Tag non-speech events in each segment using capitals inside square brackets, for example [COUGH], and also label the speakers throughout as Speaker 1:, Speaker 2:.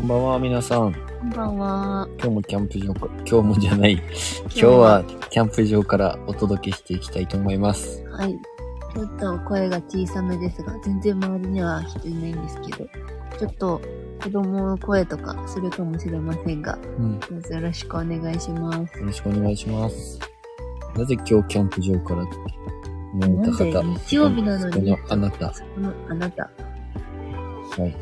Speaker 1: んばんは、皆さん。
Speaker 2: こんばんは。
Speaker 1: 今日もキャンプ場か、 [LAUGHS] 今日もじゃ
Speaker 2: [LAUGHS]
Speaker 1: ない。今日はキャンプ場からお届けしていきたいと思います。
Speaker 2: はい。ちょっと声が小さめですが、全然周りには人いないんですけど、ちょっと子供の声とかするかもしれませんが、
Speaker 1: うん。よ
Speaker 2: どうぞよろしくお願いします。
Speaker 1: ろしくお願いします。なぜ今日キャンプ場からと思
Speaker 2: な
Speaker 1: った
Speaker 2: んで
Speaker 1: 方。
Speaker 2: 日曜日なの
Speaker 1: こ
Speaker 2: に
Speaker 1: の、あなた。
Speaker 2: このあなた、
Speaker 1: はい。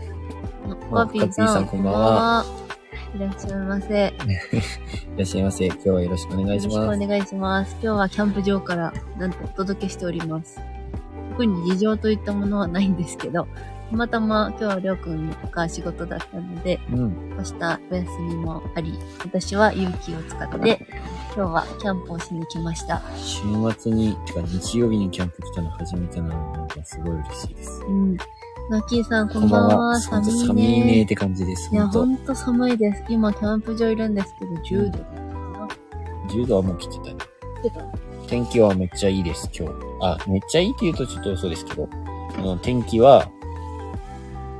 Speaker 2: バビー
Speaker 1: 勝井さ
Speaker 2: さ
Speaker 1: ん
Speaker 2: ん、
Speaker 1: こんばんは
Speaker 2: こんばんは。いらっしゃいませ。
Speaker 1: いらっしゃいませ。今日はよろしくお願いし
Speaker 2: よろ
Speaker 1: ま
Speaker 2: しく
Speaker 1: す。
Speaker 2: お願いします。今日はキャンプ場からなんとお届けしております。特に事情といったものはないんですけど、たまたま今日はりょうくんが仕事だったので、
Speaker 1: うん。
Speaker 2: 明日お休みもあり、私は勇気を使って、今日はキャンプをしに来ました。
Speaker 1: 週末に、てか日曜日にキャンプ来たの初めてなので、なんかすごい嬉しいです。
Speaker 2: うん。ナッキーさん、こんばんは。
Speaker 1: ほんと
Speaker 2: 寒い
Speaker 1: 寒
Speaker 2: ね。
Speaker 1: いねーって感じです。
Speaker 2: いや、
Speaker 1: ほん
Speaker 2: ほ
Speaker 1: と。
Speaker 2: んと寒いです。今、キャンプ場いるんですけど、10度。
Speaker 1: 10度はもう来てたね。
Speaker 2: 出た
Speaker 1: 天気はめっちゃいいです、今日。あ、めっちゃいいって言うとちょっと嘘ですけど、あの、天気は、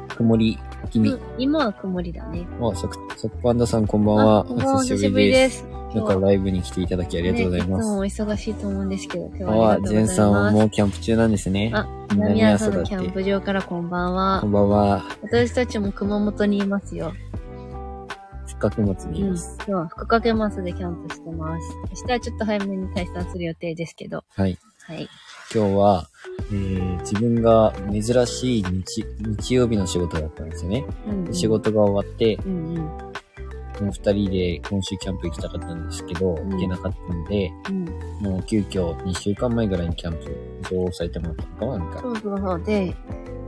Speaker 1: 曇り気味。
Speaker 2: うん今は曇りだね。
Speaker 1: もう、サク、サクパンダさんこんばん
Speaker 2: あ
Speaker 1: は。。
Speaker 2: こんばんは、お久しぶりですす。
Speaker 1: なんかライブに来ていただきあ
Speaker 2: あ
Speaker 1: りがとうございま
Speaker 2: いつ
Speaker 1: す。
Speaker 2: もお忙しいと思うんですけど、今日
Speaker 1: あ
Speaker 2: はあ
Speaker 1: は、
Speaker 2: りが
Speaker 1: ジ
Speaker 2: とう
Speaker 1: ェ
Speaker 2: ご
Speaker 1: ン
Speaker 2: ざ
Speaker 1: さ
Speaker 2: い
Speaker 1: んは
Speaker 2: ます。
Speaker 1: もうキャンプ中なんですね。
Speaker 2: あ、
Speaker 1: 南
Speaker 2: 南
Speaker 1: 阿
Speaker 2: 阿
Speaker 1: 蘇
Speaker 2: 蘇
Speaker 1: だっ
Speaker 2: の
Speaker 1: て
Speaker 2: キャンプ場からこんばん
Speaker 1: こ
Speaker 2: は。
Speaker 1: んばんは。
Speaker 2: 私たちも熊本にいますよ。
Speaker 1: ふっかけもつ
Speaker 2: う
Speaker 1: にい
Speaker 2: ん。今
Speaker 1: ます。
Speaker 2: 日は福掛マスでキャンプしてます。明日はちょっと早めに退散する予定ですけど。
Speaker 1: はい。
Speaker 2: はい。
Speaker 1: 今日は、えー、自分が珍しい日、日曜日の仕事だったんですよね。
Speaker 2: うん、うん。
Speaker 1: 仕。事が終わって、
Speaker 2: うんうん。
Speaker 1: この二人で今週キャンプ行きたかったんですけど、
Speaker 2: ん
Speaker 1: 行けなかったので、
Speaker 2: うん。
Speaker 1: もう急遽2週間前ぐらいにキャンプ場をされてもらったのかな、なんか。
Speaker 2: そうそうそう。で、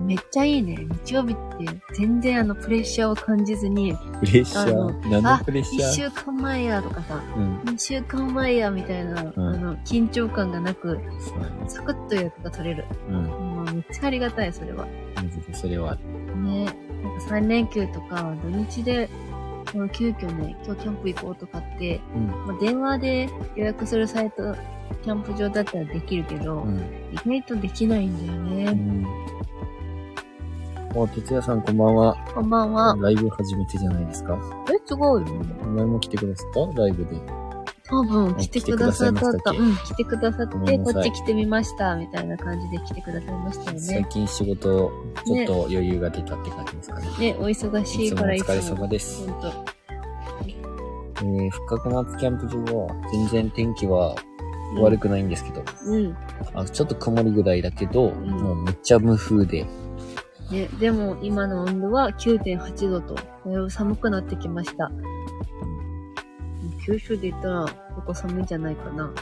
Speaker 2: めっちゃいいね。日曜日って全然あのプレッシャーを感じずに、
Speaker 1: プレッシャ
Speaker 2: あの
Speaker 1: ー。何
Speaker 2: あ
Speaker 1: の、プレッシ
Speaker 2: 一
Speaker 1: ャー
Speaker 2: 週間前やとかさ、
Speaker 1: うん。
Speaker 2: 二週間前やみたいな、
Speaker 1: ん
Speaker 2: あの、緊張感がなく、
Speaker 1: そうなんです。
Speaker 2: サクッと予約が取れる。
Speaker 1: うん。
Speaker 2: もうめっちゃありがたい、それは。
Speaker 1: マジでそれは、
Speaker 2: ね。なんか3連休とか、土日で、この急遽ね、今日キャンプ行こうとかって、
Speaker 1: うん。
Speaker 2: まあ、電話で予約するサイト、キャンプ場だったらできるけど、
Speaker 1: うん。
Speaker 2: 意外とできないんだよね。
Speaker 1: うん。お、哲也さんこんばんは。
Speaker 2: こんばんは。
Speaker 1: ライブ初めてじゃないですか
Speaker 2: え、違うよね。
Speaker 1: 前も来てくださったライブで。
Speaker 2: 多分来てくださ
Speaker 1: 来
Speaker 2: っ
Speaker 1: てくださいました
Speaker 2: た。
Speaker 1: っけ
Speaker 2: うん、来てくださ
Speaker 1: ご
Speaker 2: っ
Speaker 1: め
Speaker 2: て、
Speaker 1: んな
Speaker 2: こ
Speaker 1: さい
Speaker 2: っち来てみました、みたいな感じで来てくださいましたよ
Speaker 1: 最
Speaker 2: ね。
Speaker 1: 近仕事、ちょっと余裕が出たって感じですかね。
Speaker 2: ね、お忙し
Speaker 1: い
Speaker 2: い
Speaker 1: つも
Speaker 2: か
Speaker 1: お
Speaker 2: らい
Speaker 1: 疲れ
Speaker 2: つも。
Speaker 1: 様です。
Speaker 2: ほんと。
Speaker 1: えー、深く夏キャンプ場は、全然天気は悪くないんですけど、
Speaker 2: うん。
Speaker 1: あちょっと曇りぐらいだけど、
Speaker 2: ん
Speaker 1: もうめっちゃ無風で、
Speaker 2: ね、でも今の温度は9.8度と、だいぶ寒くなってきました。九州で言ったら、ここ寒いんじゃないかな。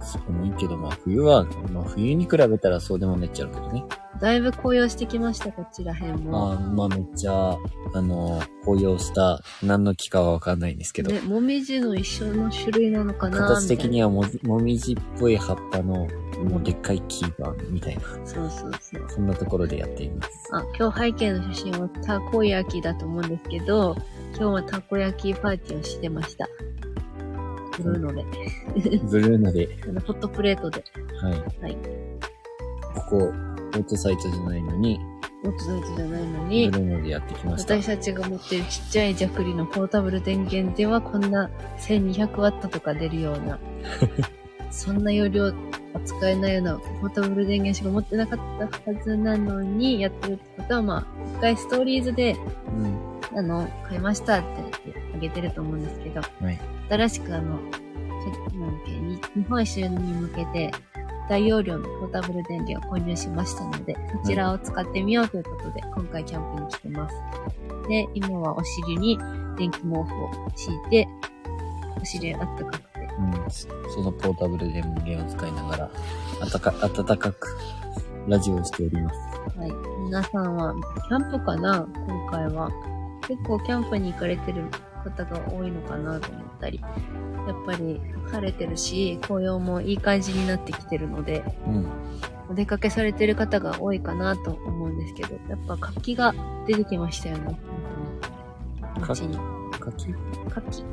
Speaker 1: 寒いけど、まあ冬は、まあ冬に比べたらそうでもなっちゃうけどね。
Speaker 2: だいぶ紅葉してきました、こっちら辺も。
Speaker 1: まあ、まあめっちゃ、あの、紅葉した、何の木かはわかんないんですけど、
Speaker 2: ね、もみじの一緒の種類なのかな
Speaker 1: 形的
Speaker 2: み
Speaker 1: にはももみじっぽい葉っぱの、
Speaker 2: たいな
Speaker 1: もうで
Speaker 2: う
Speaker 1: っかい木が、みたいな、
Speaker 2: んそうそうそう。
Speaker 1: そんなところでやっています。
Speaker 2: あ、今日背景の写真はたこ焼きだと思うんですけど、今日はたこ焼きパーティーをしてました。ブルーので、
Speaker 1: ブルーので、
Speaker 2: あのホットプレートで。
Speaker 1: はい。
Speaker 2: はい
Speaker 1: ここ、オートサイトじゃないのに、
Speaker 2: もっと大事じゃないの
Speaker 1: ブ
Speaker 2: に
Speaker 1: ル、ーのでやってきました。
Speaker 2: 私たちが持ってるちっちゃいジャクリのポータブル電源ではこんな1200ワットとか出るよう
Speaker 1: [LAUGHS]
Speaker 2: な、そんな容量扱えないようなポータブル電源しか持ってなかったはずなのにやってるってことは、まあ、一回ストーリーズで、
Speaker 1: うん。
Speaker 2: あの、買いましたってあげてると思うんですけど、
Speaker 1: い
Speaker 2: 新しくあの、ちょなんだっけに日本一周に向けて大容量のポータブル電源を購入しましたので、そちらを使ってみようということで、今回キャンプに来てます。で、今はお尻に電気毛布を敷いて、お尻あったかくて、
Speaker 1: うん。そそのポータブル電源を使いながら、あたか、暖かく、ラジオをしております。
Speaker 2: はい。皆さんは、キャンプかな今回は。結構キャンプに行かれてる方が多いのかなと思ったり。やっぱり晴れてるし、紅葉もいい感じになってきてるので、
Speaker 1: うん。
Speaker 2: お出かけされてる方が多いかなと思うんですけど、やっぱ活気が出てきましたよね。本当に。街に。
Speaker 1: 柿
Speaker 2: 活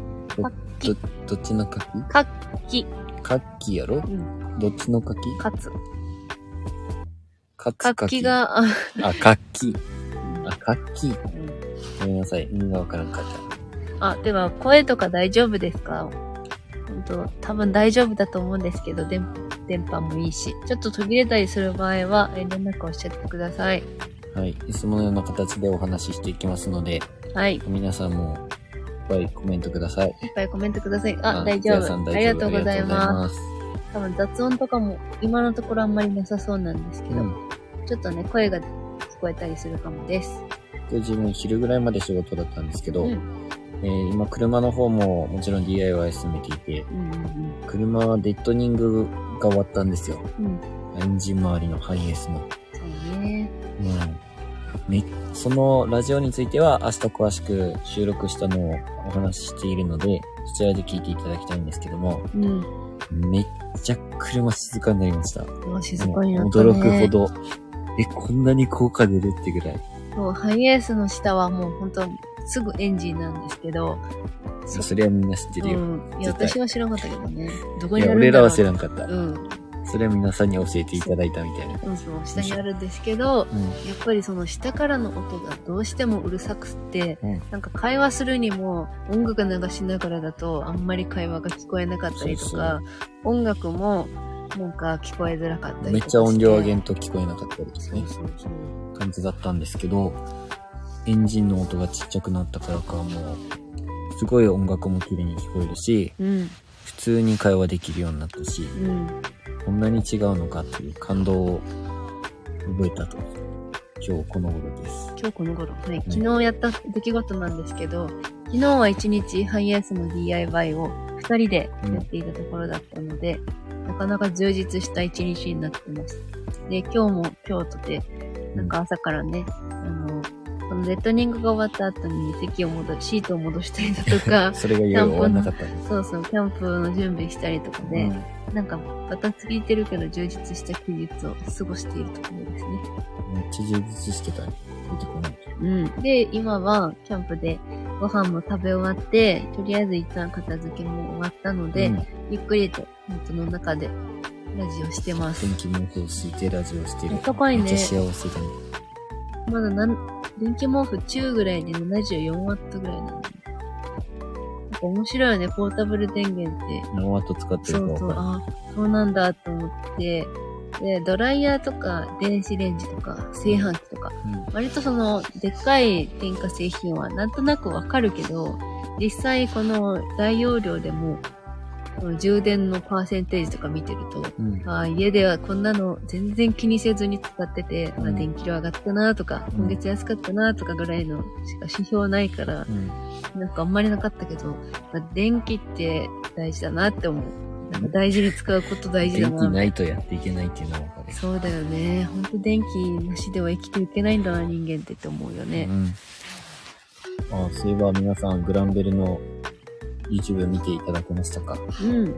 Speaker 2: 気。
Speaker 1: どっちの柿
Speaker 2: 活気。
Speaker 1: 柿やろ
Speaker 2: うん。
Speaker 1: どっちの柿
Speaker 2: 勝つ。
Speaker 1: かつ
Speaker 2: 活気。が、あ
Speaker 1: あ、柿。あ、柿。
Speaker 2: うん
Speaker 1: ごめんなさい。意味がわからんかった。
Speaker 2: あ、では、声とか大丈夫ですか本当多分大丈夫だと思うんですけど、電電波もいいし。ちょっと途切れたりする場合は、えー連絡をしちゃってください。
Speaker 1: はい。いつものような形でお話ししていきますので、
Speaker 2: はい。いっ
Speaker 1: 皆さんもいっぱいコメントください。
Speaker 2: ぱいコメントください。あ、
Speaker 1: あ
Speaker 2: 大丈
Speaker 1: つやさん
Speaker 2: 夫。
Speaker 1: 大
Speaker 2: ありがとうございます。
Speaker 1: す。
Speaker 2: 多分雑音とかも今のところあんまりなさそうなんですけ
Speaker 1: う
Speaker 2: ど、
Speaker 1: ん。
Speaker 2: ちょっとね、声が聞こえたりするかもです。
Speaker 1: 今日自分昼ぐらいまで仕事だったんですけど、
Speaker 2: うん。
Speaker 1: えー今車の方ももちろん DIY 進めていて、
Speaker 2: うんうん
Speaker 1: 車はデッドニングが終わったんですよ。
Speaker 2: うん。うん。
Speaker 1: エンジン周りのハイエースの。
Speaker 2: そうね。
Speaker 1: うん。めそのラジオについては明日詳しく収録したのをお話ししているので、そちらで聞いていただきたいんですけども、
Speaker 2: うん。
Speaker 1: めっちゃ車静かになりました。
Speaker 2: もう静かになったね。
Speaker 1: 驚くほど。え、こんなに効果出るってぐらい。
Speaker 2: そう、ハイエースの下はもう本当すぐエンジンなんですけど、
Speaker 1: そそれはみんな知ってるよ。
Speaker 2: うん。いや、
Speaker 1: 絶対
Speaker 2: 私は知らなかったけどね。どこ
Speaker 1: い
Speaker 2: に
Speaker 1: や、
Speaker 2: ある
Speaker 1: 俺
Speaker 2: んだ
Speaker 1: ら
Speaker 2: ろう
Speaker 1: は知らんかった。
Speaker 2: うん。
Speaker 1: それは皆さんに教えていただいたみたいな。
Speaker 2: うん、そう、下にあるんですけど、やっぱりその下からの音がどうしてもうるさくって、
Speaker 1: うん
Speaker 2: なんか会話するにも音楽流しながらだとあんまり会話が聞こえなかったりとか、音楽もなんか聞こえづらかった
Speaker 1: うん。
Speaker 2: り
Speaker 1: め
Speaker 2: とか
Speaker 1: っちゃ音量上げんと聞こえなかったりとか
Speaker 2: そう
Speaker 1: ね、
Speaker 2: そうそう。
Speaker 1: 感じだったんですけど、エンジンの音がちっちゃくなったからか、もう、すごい音楽も綺麗に聞こえるし、
Speaker 2: うん、
Speaker 1: 普通に会話できるようになったし、
Speaker 2: うん。
Speaker 1: こんなに違うのかっていう感動を覚えたと。今日この頃です。、
Speaker 2: 今日この頃、はい、昨日やった出来事なんですけど、昨日は一日ハイエースの DIY を二人でやっていたところだったので、なかなか充実した一日になってます。で、今日も今日とて、なんか朝からね、あの、そのレッドニングが終わった後に席を戻、シートを戻したりだと
Speaker 1: [LAUGHS]
Speaker 2: か
Speaker 1: それが夜終わんなかったんです。
Speaker 2: そうそう、キャンプの準備したりとか
Speaker 1: う
Speaker 2: で、
Speaker 1: ん
Speaker 2: なんかバタついてるけど充実した休日を過ごしているところですね。
Speaker 1: めっちゃ充実してたね。出てこない。
Speaker 2: うん。で、今はキャンプでご飯も食べ終わって、とりあえず一旦片付けも終わったので、
Speaker 1: うん、
Speaker 2: ゆっくりとネットの中でラジオしてます
Speaker 1: 天。気毛布を敷いてラジオしてる。
Speaker 2: あったかいね
Speaker 1: めっちゃ幸せだね。
Speaker 2: まだなん、電気毛布中ぐらいで74ワットぐらいなの。なんか面白いよね、ポータブル電源って。
Speaker 1: 何ワット使って
Speaker 2: そ
Speaker 1: るか
Speaker 2: う
Speaker 1: わかん
Speaker 2: そう、
Speaker 1: ない。
Speaker 2: あ、そうなんだと思って、で、ドライヤーとか、電子レンジとか、炊飯器とか、
Speaker 1: うん
Speaker 2: 割とその、でっかい電化製品はなんとなくわかるけど、実際この大容量でも、この充電のパーセンテージとか見てると、
Speaker 1: うん。
Speaker 2: あー家ではこんなの全然気にせずに使ってて、ま
Speaker 1: う
Speaker 2: あ、
Speaker 1: ん
Speaker 2: 電気量上がったなとか、
Speaker 1: うん
Speaker 2: 今月安かったなとかぐらいのしか指標ないから、
Speaker 1: うん
Speaker 2: なんかあんまりなかったけど、まあ電気って大事だなって思う。なんか大事に使うこと大事だ
Speaker 1: 電気
Speaker 2: な。
Speaker 1: ないとやっていけないっていうのはわかる。
Speaker 2: そうだよね。ほんと電気なしでは生きていけないんだな、人間ってって思うよね
Speaker 1: う。ん。あそういえば皆さん、グランベルの YouTube 見ていただけましたか
Speaker 2: うん。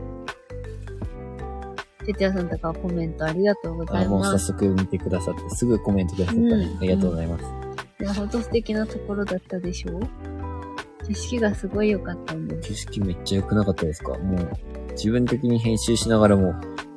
Speaker 2: ててやさんとかコメントありがとうござ
Speaker 1: あ
Speaker 2: い
Speaker 1: もう早
Speaker 2: ます。
Speaker 1: 速見てくださって、すぐコメントくださったね。
Speaker 2: うん
Speaker 1: ありがとうございます。
Speaker 2: いや、ほんと素敵なところだったでしょ景色がすごい良かったんです。
Speaker 1: 景色めっちゃ良くなかったですかもう、自分的に編集しながらも、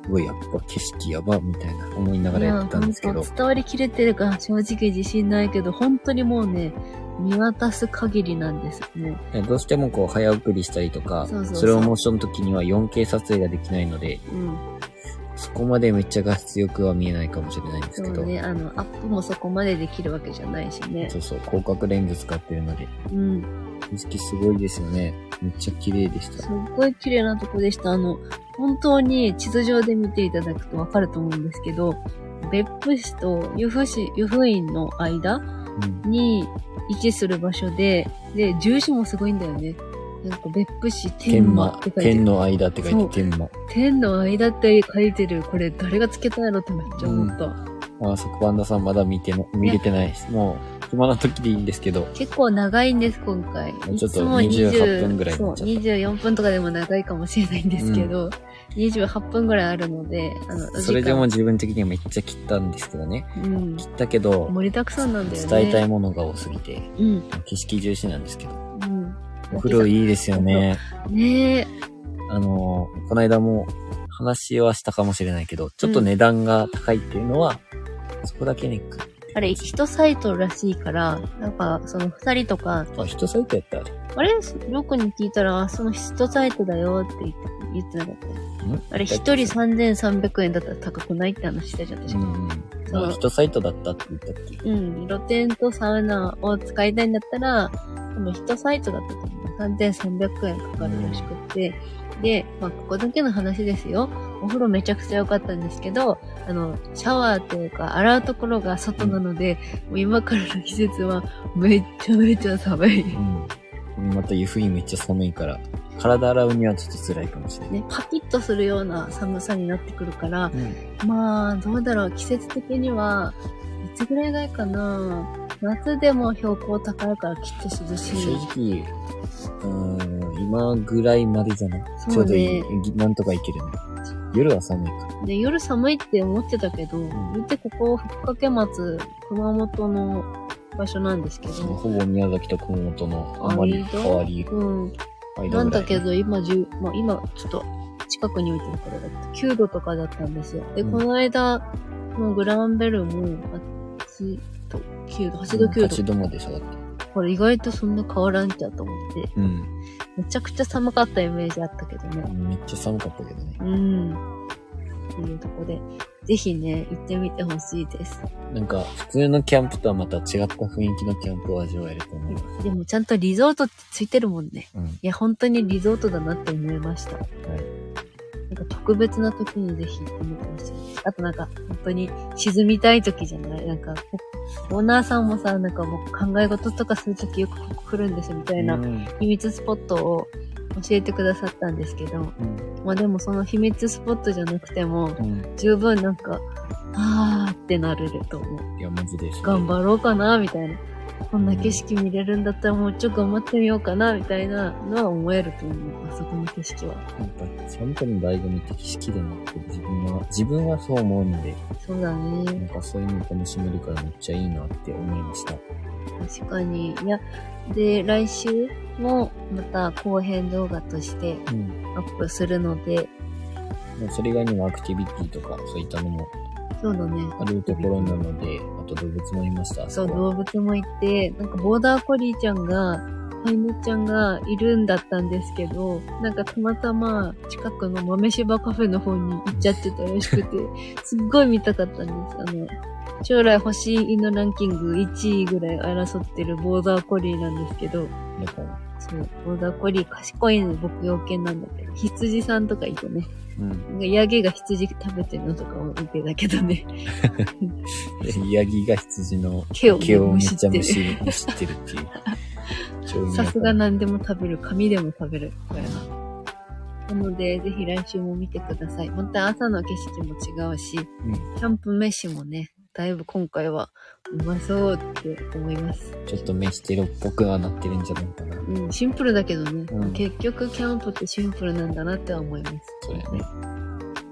Speaker 1: うわ、やっぱ景色やば、みたいな思いながらやってたんですけ
Speaker 2: いや
Speaker 1: ど
Speaker 2: 本、当伝わりきれてるか正直自信ないけど、本当にもうね、見渡す限りなんです。もう、
Speaker 1: いやどうしてもこう、早送りしたりとか、
Speaker 2: そうそうそう
Speaker 1: スローモーションの時には 4K 撮影ができないので、
Speaker 2: うん。
Speaker 1: そこまでめっちゃ画質よくは見えないかもしれないんです
Speaker 2: そ
Speaker 1: けど、
Speaker 2: うね、あの、アップもそこまでできるわけじゃないしね。
Speaker 1: そうそう、広角レンズ使ってるので、
Speaker 2: うん。
Speaker 1: 景色すごいですよね。めっちゃ綺麗でし
Speaker 2: す
Speaker 1: た。
Speaker 2: っごい綺麗なとこでした。あの、本当に地図上で見ていただくとわかると思うんですけど、別府市と由布市、由布院の間
Speaker 1: うん。
Speaker 2: に位置する場所で、で、住所もすごいんだよね。なんか別府市天
Speaker 1: 天
Speaker 2: 馬
Speaker 1: 馬
Speaker 2: って書い、てある
Speaker 1: 天の間って書いて天馬。
Speaker 2: 天の間って書いてる、これ誰がつけたんやろってめっちゃ思った。
Speaker 1: あ、そこバンダさんまだ見ての、見れてないです。もう、暇な時でいいんですけど、
Speaker 2: 結構長いんです、今回。
Speaker 1: うちょっと
Speaker 2: いつも20
Speaker 1: 28分ぐらいに
Speaker 2: そ
Speaker 1: な
Speaker 2: う、
Speaker 1: っちゃった
Speaker 2: 24分とかでも長いかもしれないんですけど、28分ぐらいあるので、あの、お時間
Speaker 1: それでも、自分的にはめっちゃ切ったんですけどね。
Speaker 2: うん、
Speaker 1: 切ったけど、
Speaker 2: 盛りだくさんなんだよね。
Speaker 1: 伝えたいものが多すぎて、
Speaker 2: うん、
Speaker 1: 景色重視なんですけど。
Speaker 2: うん。
Speaker 1: お風呂いいですよね。
Speaker 2: ねえ、
Speaker 1: あの、この間も話はしたかもしれないけど、ちょっと値段が高いっていうのは、そこだけネックって
Speaker 2: あれ、一サイトらしいから、なんか、その二人とか、
Speaker 1: あ、人サイトやったあれ。
Speaker 2: あれロクに聞いたら、あその一サイトだよって言って言ってなかった。あれ、一人3300円だったら高くないって話してたじゃ。
Speaker 1: うんん。
Speaker 2: そ
Speaker 1: あ
Speaker 2: の
Speaker 1: 人サイトだったって言ったっけ
Speaker 2: うん、露天とサウナを使いたいんだったら、でも一サイトだったと思う。3300円かかるらしくって。で、まあ、ここだけの話ですよ。お風呂めちゃくちゃ良かったんですけど、あの、シャワーというか、洗うところが外なので、もう今からの季節はめっちゃめちゃ寒い。
Speaker 1: うん。また湯布院めっちゃ寒いから、体洗うにはちょっと辛いかもしれない。
Speaker 2: ね、パキッとするような寒さになってくるから、
Speaker 1: うん。
Speaker 2: まあ、どうだろう、季節的には、いつぐらいがいいかな夏でも標高高いからきっと涼しい。
Speaker 1: 正直、うん、今ぐらいまでじゃない、ち
Speaker 2: そ
Speaker 1: ょ
Speaker 2: う
Speaker 1: うどい
Speaker 2: ね。
Speaker 1: い。なんとかいけるね。夜は寒いか。
Speaker 2: で、夜寒いって思ってたけど、
Speaker 1: ん
Speaker 2: 言ってここ、福掛松、熊本の場所なんですけど、
Speaker 1: ほぼ宮崎と熊本のあんまり変わり、
Speaker 2: うん。
Speaker 1: 間ぐら
Speaker 2: ないんだけど、今、10まあ、今、ちょっと、近くに置いてるからだった。9度とかだったんですよ。で、
Speaker 1: うん
Speaker 2: この間、のグランベルも、8度、9度、8度9度
Speaker 1: 立ち止までしょだって。
Speaker 2: これ意外とそんな変わらんちゃと思って、
Speaker 1: うん。
Speaker 2: めちゃくちゃ寒かったイメージあったけどね。
Speaker 1: めっちゃ寒かったけどね。
Speaker 2: うん。っていうとこで、ぜひね、行ってみてほしいです。
Speaker 1: なんか、普通のキャンプとはまた違った雰囲気のキャンプを味わえると思う。
Speaker 2: でもちゃんとリゾートってついてるもんね。
Speaker 1: うん。
Speaker 2: いや、本当にリゾートだなって思いました。なんか特別な時にぜひ行ってみてほしい。あとなんか、本当に沈みたい時じゃないなんか、オーナーさんもさ、なんかもう考え事とかする時よくここ来るんですみたいな
Speaker 1: うん。
Speaker 2: 秘密スポットを教えてくださったんですけど、
Speaker 1: うん。
Speaker 2: まあでもその秘密スポットじゃなくても、
Speaker 1: うん。
Speaker 2: 十分なんか、あーってなれると思う。
Speaker 1: いや、マジで。
Speaker 2: 頑張ろうかな、みたいな。こんな景色見れるんだったらもうちょっと頑張ってみようかな、みたいなのは思えると思う。あそこの景色は。
Speaker 1: やっぱ、キャンプの醍醐味って景色だなって、自分は、自分はそう思うので、
Speaker 2: そうだ
Speaker 1: なん
Speaker 2: ね。
Speaker 1: かそういうの楽しめるからめっちゃいいなって思いました。
Speaker 2: 確かに。いや、で、来週もまた後編動画として
Speaker 1: うん。
Speaker 2: アップするので、
Speaker 1: まあそれ以外にもアクティビティとか、そういったのも
Speaker 2: そうだね。
Speaker 1: あるところなので、あと動物もいました。
Speaker 2: そう、
Speaker 1: あこは
Speaker 2: 動物もいて、なんかボーダーコリーちゃんが、飼い犬ちゃんがいるんだったんですけど、なんかたまたま近くの豆柴カフェの方に行っちゃってたらし [LAUGHS] くて、すっごい見たかったんです。あの、将来欲しい犬ランキング1位ぐらい争ってるボーダーコリーなんですけど、
Speaker 1: だから、
Speaker 2: そう、ボーダーコリー賢いの僕用犬なんだけど、羊さんとかいてね、
Speaker 1: うん。
Speaker 2: なんかヤギが羊食べてるのとかを見てたけどね、
Speaker 1: でヤギが羊
Speaker 2: [LAUGHS]
Speaker 1: の
Speaker 2: 毛をね
Speaker 1: 毛をめ
Speaker 2: む
Speaker 1: っ
Speaker 2: しっ
Speaker 1: ち
Speaker 2: て
Speaker 1: ゃむ
Speaker 2: る。
Speaker 1: しむしってる
Speaker 2: [LAUGHS]
Speaker 1: っていう。
Speaker 2: さすが
Speaker 1: な。
Speaker 2: 何でも食べる。紙でも食べる。これは。なので、ぜひ来週も見てください。また朝の景色も違うし、
Speaker 1: うん
Speaker 2: キャンプ飯もね、だいぶ今回はうまそうって思います。
Speaker 1: ちょっと飯テロっぽくはなってるんじゃないかな。
Speaker 2: うん、シンプルだけどね、
Speaker 1: うん
Speaker 2: 結局キャンプってシンプルなんだなって思います。
Speaker 1: そうやね。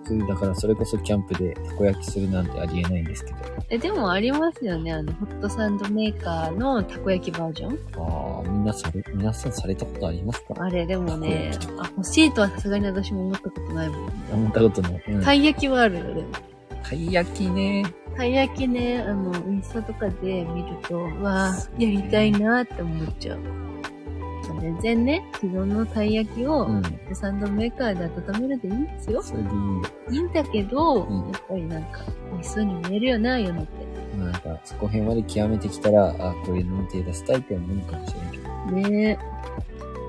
Speaker 1: 普通だからそれこそキャンプでたこ焼きするなんてありえないんですけ
Speaker 2: え、でもありますよね、あの、ホットサンドメーカーのたこ焼きバージョン。
Speaker 1: ど。ああ、みんなされ、皆さんされたことありますか
Speaker 2: あれ、でもね
Speaker 1: たこ、
Speaker 2: あ、欲しいとはさすがに私も思ったことないもん。
Speaker 1: 思ったことない。うん
Speaker 2: たい焼きはあるよ、でも。
Speaker 1: たい焼きね。
Speaker 2: たい焼きね、あの、インスタとかで見ると、うわあ、やりたいなーって思っちゃう。全然ね、既存のたい焼きを、
Speaker 1: うん。
Speaker 2: サンドメーカーで温めるでいいんですよ。
Speaker 1: それでいいよ。
Speaker 2: いいんだけど、
Speaker 1: うん
Speaker 2: やっぱりなんか、美味しそうに見えるよな、世のって。
Speaker 1: まあなんか、そこ辺まで極めてきたら、ああ、こういうのを手出したいって思うかもしれんけど。
Speaker 2: ねえ。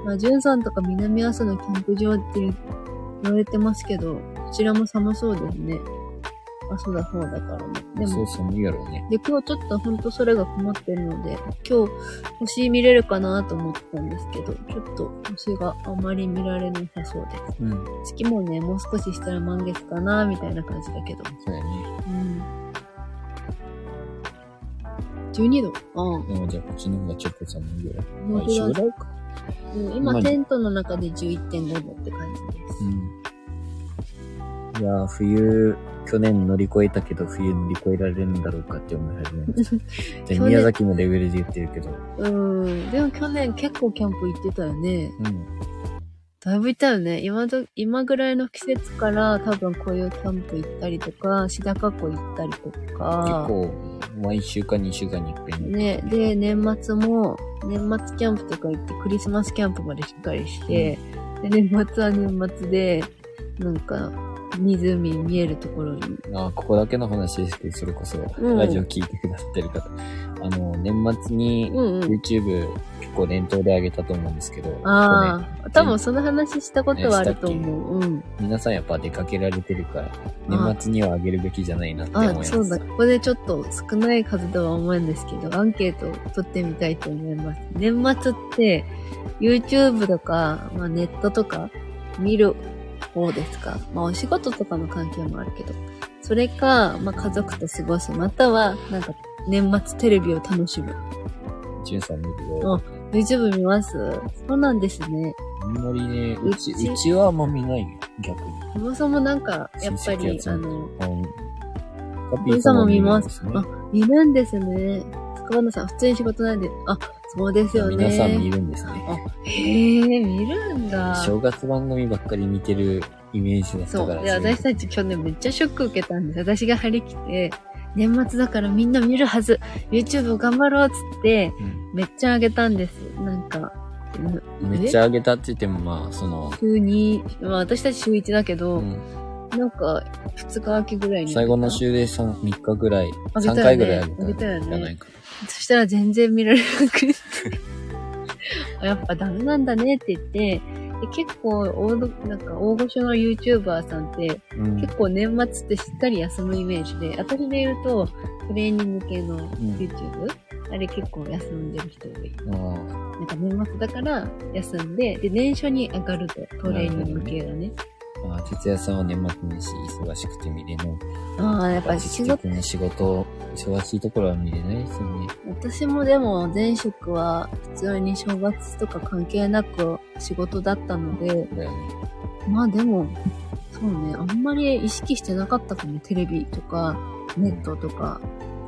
Speaker 2: まあ、ジュンさんとか南阿蘇のキャンプ場って言われてますけど、こちらも寒そうですね。阿蘇だ方だからね。で
Speaker 1: そ
Speaker 2: も
Speaker 1: う、そうやろうね。
Speaker 2: で、今日ちょっとほんとそれが困ってるので、今日星見れるかなと思ってたんですけど、ちょっと星があまり見られなさそう
Speaker 1: う
Speaker 2: で
Speaker 1: ん。そ
Speaker 2: す。月もね、もう少ししたら満月かなみたいな感じだけど。
Speaker 1: うやね。
Speaker 2: うん。12度うん。
Speaker 1: でもじゃあ、こっちの方がちょっと寒いぐらい。まあ
Speaker 2: 本
Speaker 1: 一緒
Speaker 2: 当
Speaker 1: ぐ
Speaker 2: だ
Speaker 1: らいか。
Speaker 2: うん
Speaker 1: ま
Speaker 2: 今
Speaker 1: あ
Speaker 2: テントの中で11.5度って感じです。
Speaker 1: うん。いやー、冬、去年乗り越えたけど、冬乗り越えられるんだろうかって思い始めました。で
Speaker 2: 去年
Speaker 1: 宮崎のレベルで言ってるけど、
Speaker 2: うん。でも去年結構キャンプ行ってたよね。
Speaker 1: うん。
Speaker 2: だいぶ行ったよね。今ど、今ぐらいの季節から多分こういうキャンプ行ったりとか、シダカ湖行ったりと
Speaker 1: 結
Speaker 2: か、
Speaker 1: 構、まあ1週間、2週間に一遍
Speaker 2: ね、で、年末も、年末キャンプとか行って、クリスマスキャンプまでしっかりして、で、年末は年末で、なんか、湖見えるところに。
Speaker 1: あーここだけの話ですけど、それこそ、
Speaker 2: ん
Speaker 1: ラジオ聞いてくださってる方。あの、年末に
Speaker 2: うんうん。
Speaker 1: YouTube 結構連投で上げたと思うんですけど、去
Speaker 2: ああ、多
Speaker 1: うん
Speaker 2: 分その話したことはあると思う。うん。
Speaker 1: 年皆さんやっぱ出かけられてるから、
Speaker 2: あ
Speaker 1: 年末には上げるべきじゃないなって思い
Speaker 2: あ、
Speaker 1: ます。
Speaker 2: そうだ。ここでちょっと少ない数とは思うんですけど、アンケートを取ってみたいと思います。年末って、YouTube とか、まあ、ネットとか、見る方ですかまあ、お仕事とかの関係もあるけど。それか、まあ、家族と過ごす。または、なんか、年末テレビを楽しむ。
Speaker 1: じゅんさん見てどう
Speaker 2: YouTube 見ますそうなんですね。
Speaker 1: あんまりね、うち、
Speaker 2: うち
Speaker 1: うちはあんま見ないよ、逆に。
Speaker 2: そもそもなんか、やっ
Speaker 1: 親
Speaker 2: ぱ
Speaker 1: 戚
Speaker 2: り
Speaker 1: 集、
Speaker 2: あ
Speaker 1: まって
Speaker 2: の、
Speaker 1: うん。カ
Speaker 2: ピーさんも見ます
Speaker 1: ピーさんも見るんですね
Speaker 2: あ見るんですね。塚花さん、普通に仕事なんで、あ、そうですよね。
Speaker 1: 皆さん見るんですね。
Speaker 2: へえ、見るんだ。
Speaker 1: 正月番組ばっかり見てるイメージだった
Speaker 2: そ
Speaker 1: か
Speaker 2: う。
Speaker 1: ら。
Speaker 2: で、
Speaker 1: れ
Speaker 2: 私たち去年めっちゃショック受けたんです。私が張り切って、年末だからみんな見るはず。YouTube を頑張ろうっつって、
Speaker 1: うん
Speaker 2: めっちゃ上げたんです。なんか、うん
Speaker 1: めっちゃ上げたって言っても、まあ、その、
Speaker 2: 週に、まあ私たち週1だけど、
Speaker 1: うん
Speaker 2: なんか、2日明けぐらいに。
Speaker 1: 最後の。週で 3, 3日ぐらい、
Speaker 2: 上げたよね
Speaker 1: 3回ぐらい上
Speaker 2: 上
Speaker 1: げ
Speaker 2: げた
Speaker 1: た
Speaker 2: よね
Speaker 1: じゃないか。
Speaker 2: そしたら全然見られなくて。 [LAUGHS] やっぱダメなんだねって言って、で結構大ど、なんか大御所の YouTuber さんって、
Speaker 1: うん
Speaker 2: 結構年末ってしっかり休むイメージで、私で言うと、トレーニング系の YouTube、あれ結構休んでる人多い。
Speaker 1: あ
Speaker 2: なんか年末だから休んで、で、年初に上がると、トレーニング系だね。
Speaker 1: ーまあ、哲也さんは年末年始忙しくて見れない。
Speaker 2: ああ、やっぱ仕
Speaker 1: 結
Speaker 2: 事、
Speaker 1: 局ね、仕事、忙しいところは見れないですよね。
Speaker 2: 私もでも前職は普通に正月とか関係なく仕事だったので、
Speaker 1: だよね。
Speaker 2: まあでも、そうね、あんまり意識してなかったかも、テレビとか、ネットとか、